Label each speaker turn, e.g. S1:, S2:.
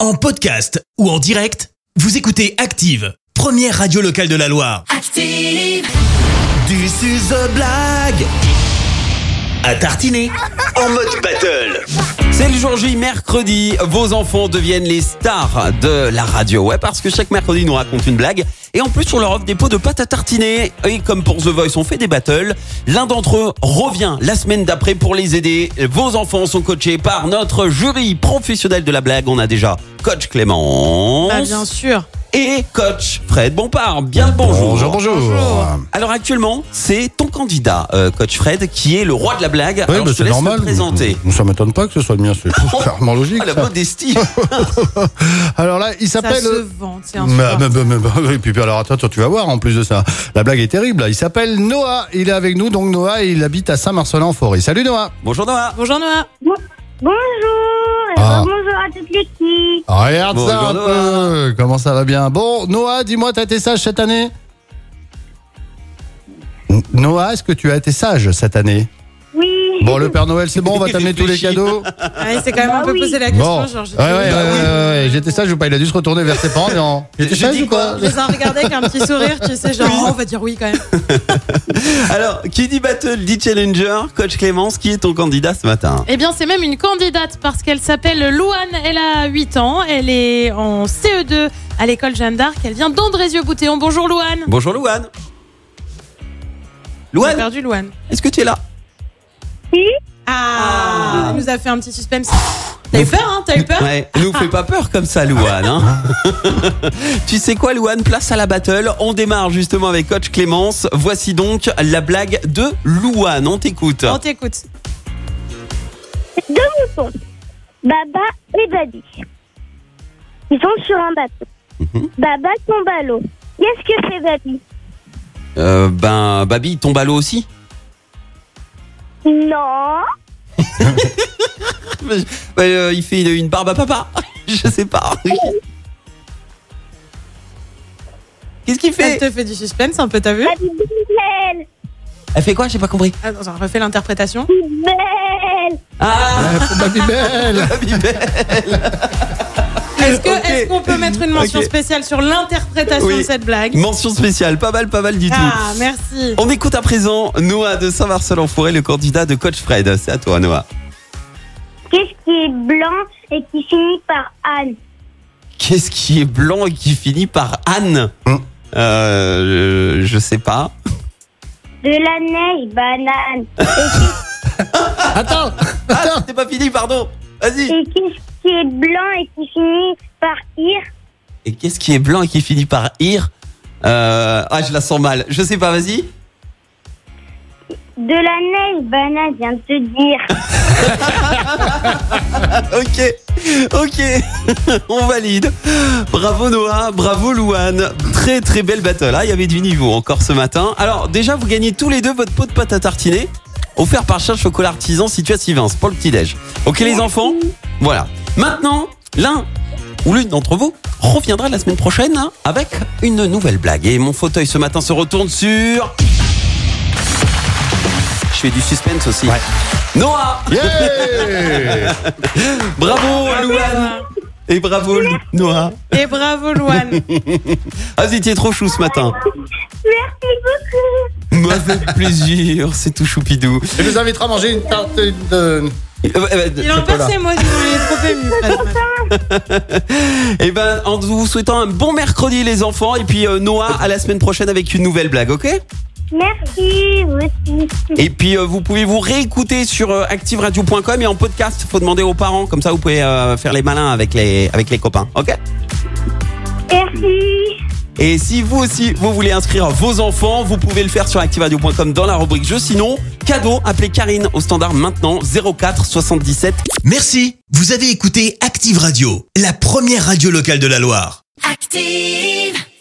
S1: En podcast ou en direct, vous écoutez Active, première radio locale de la Loire.
S2: Active,
S1: Du suze blague à tartiner en mode battle.
S3: C'est le jour J, mercredi. Vos enfants deviennent les stars de la radio. Ouais, parce que chaque mercredi, ils nous racontent une blague. Et en plus, on leur offre des pots de pâte à tartiner. Et comme pour The Voice, on fait des battles. L'un d'entre eux revient la semaine d'après pour les aider. Vos enfants sont coachés par notre jury professionnel de la blague. On a déjà coach Clément.
S4: Ah, bien sûr.
S3: Et coach Fred Bompard. Bien le bonjour.
S5: Bonjour, bonjour.
S3: Alors actuellement, c'est ton candidat, euh, coach Fred, qui est le roi de la blague.
S5: Oui,
S3: Alors,
S5: bah,
S3: je te
S5: c'est
S3: laisse le
S5: normal.
S3: présenter.
S5: Ça m'étonne pas que ce soit le mien, c'est clairement logique.
S3: Ah, la
S5: ça.
S3: modestie.
S5: Alors là, il
S4: Ça
S5: s'appelle.
S4: se vend, c'est un
S5: Mais-
S4: sport.
S5: mais- mais- mais- mais- Et puis alors attends, attends, tu vas voir en plus de ça. La blague est terrible. là. Il s'appelle Noah. Il est avec nous, donc Noah, et il habite à Saint-Marcelin-en-Forêt. Salut Noah.
S3: Bonjour Noah.
S4: Bonjour Noah.
S6: Bonjour et
S5: Ah.
S6: bonjour à toute l'équipe.
S5: Regarde ça
S3: Bonjour,
S5: un peu. Comment ça va bien Bon, Noah, dis-moi, t'as été sage cette année N- Noah, est-ce que tu as été sage cette année
S6: Oui.
S5: Bon, le Père Noël, c'est bon, on va t'amener tous les
S3: Réfléchis.
S5: cadeaux.
S4: Ouais, c'est quand même un peu
S6: oui.
S4: posé la question.
S5: Bon, ouais,
S4: Ah, Genre, Bah j'ai euh,
S5: ouais, Ah ouais, bah ouais, ouais. j'étais sage ou pas Il a dû se retourner vers ses parents. Non. J'étais
S3: J'ai
S5: sage
S3: dit
S5: ou pas
S4: Je les ai regardés avec un petit sourire, tu sais, genre, oh, on va dire oui quand même.
S3: Alors, qui dit battle dit challenger. Coach Clémence, qui est ton candidat ce matin
S7: Eh bien, c'est même une candidate parce qu'elle s'appelle Louane. Elle a 8 ans. Elle est en CE2 à l'école Jeanne d'Arc. Elle vient d'Andrézieux-Boutéon. Bonjour, Louane.
S3: Bonjour Louane.
S4: On a
S3: Louane,
S4: perdu Louane.
S3: est-ce que tu es là
S4: Ah, Elle nous a fait un petit suspense. T'as eu peur, hein T'as eu peur
S3: Ouais, nous fais pas peur comme ça Louane. hein. tu sais quoi Louane, place à la battle. On démarre justement avec coach Clémence. Voici donc la blague de Louane. On t'écoute.
S4: On t'écoute.
S6: Baba et Babi. Ils sont sur un bateau. Baba tombe à l'eau. Qu'est-ce que fait Babi
S3: Euh, ben, Babi tombe à l'eau aussi.
S6: Non.
S3: Mais, euh, il fait une, une barbe à papa. Je sais pas. Qu'est-ce qu'il
S4: Elle
S3: fait
S4: te fait du suspense un peu, t'as vu
S6: Babi belle.
S3: Elle fait quoi J'ai pas compris.
S4: Attends, on refait l'interprétation.
S6: Belle.
S3: Ah
S5: Eh, faut ma vie belle.
S3: Babi belle.
S4: Est-ce que-
S3: Ok.
S4: est-ce qu'on peut mettre une mention
S3: Ok.
S4: spéciale sur l'interprétation
S3: Oui.
S4: de cette blague
S3: Mention spéciale, pas mal, pas mal du tout.
S4: Ah, merci.
S3: On écoute à présent Noah de Saint-Marcel-en-Forêt, le candidat de Coach Fred. C'est à toi, Noah.
S6: Qu'est-ce qui est blanc et qui finit par Anne
S3: Qu'est-ce qui est blanc et qui finit par Anne
S5: Hum.
S3: euh, je, je sais pas.
S6: De la neige, banane.
S5: Attends,
S3: Ah,
S5: attends.
S3: c'est pas fini, pardon. Vas-y.
S6: Et qu'est-ce qui est blanc et qui finit par ir
S3: Et qu'est-ce qui est blanc et qui finit par ir Euh, Ah, je la sens mal. Je sais pas, vas-y.
S6: De la neige, banane, viens de te dire.
S3: Ok, ok, on valide. Bravo Noah, bravo Louane. Très très belle battle. Ah, il y avait du niveau encore ce matin. Alors déjà, vous gagnez tous les deux votre pot de pâte à tartiner, offert par Charles Chocolat Artisan situé à Sivins pour le petit déj. Ok les enfants, voilà. Maintenant, l'un ou l'une d'entre vous reviendra la semaine prochaine hein, avec une nouvelle blague. Et mon fauteuil ce matin se retourne sur. Je fais du suspense aussi. Noah,
S5: Yeah
S3: bravo Louane. Et bravo Noah.
S4: Et bravo Louane.
S3: Ah, vous étiez trop chou ce matin.
S6: Merci beaucoup.
S3: M'a fait plaisir, c'est tout choupidou.
S5: Je vous invitera à manger une tarte de.
S3: Euh, euh,
S4: Il en
S5: Chocolat.
S4: perd ses mots, il est trop ému. Fred.
S3: Eh ben, en vous souhaitant un bon mercredi, les enfants, et puis euh, Noah à la semaine prochaine avec une nouvelle blague, ok
S6: Merci, vous aussi.
S3: Et puis euh, vous pouvez vous réécouter sur euh, activeradio.com et en podcast, faut demander aux parents, comme ça vous pouvez euh, faire les malins avec les avec les copains, ok
S6: Merci.
S3: Et si vous aussi, vous voulez inscrire vos enfants, vous pouvez le faire sur activeradio.com dans la rubrique jeux. Sinon, cadeau, appelez Karine au standard maintenant 04 77
S1: Merci, vous avez écouté Active Radio, la première radio locale de la Loire.
S2: active.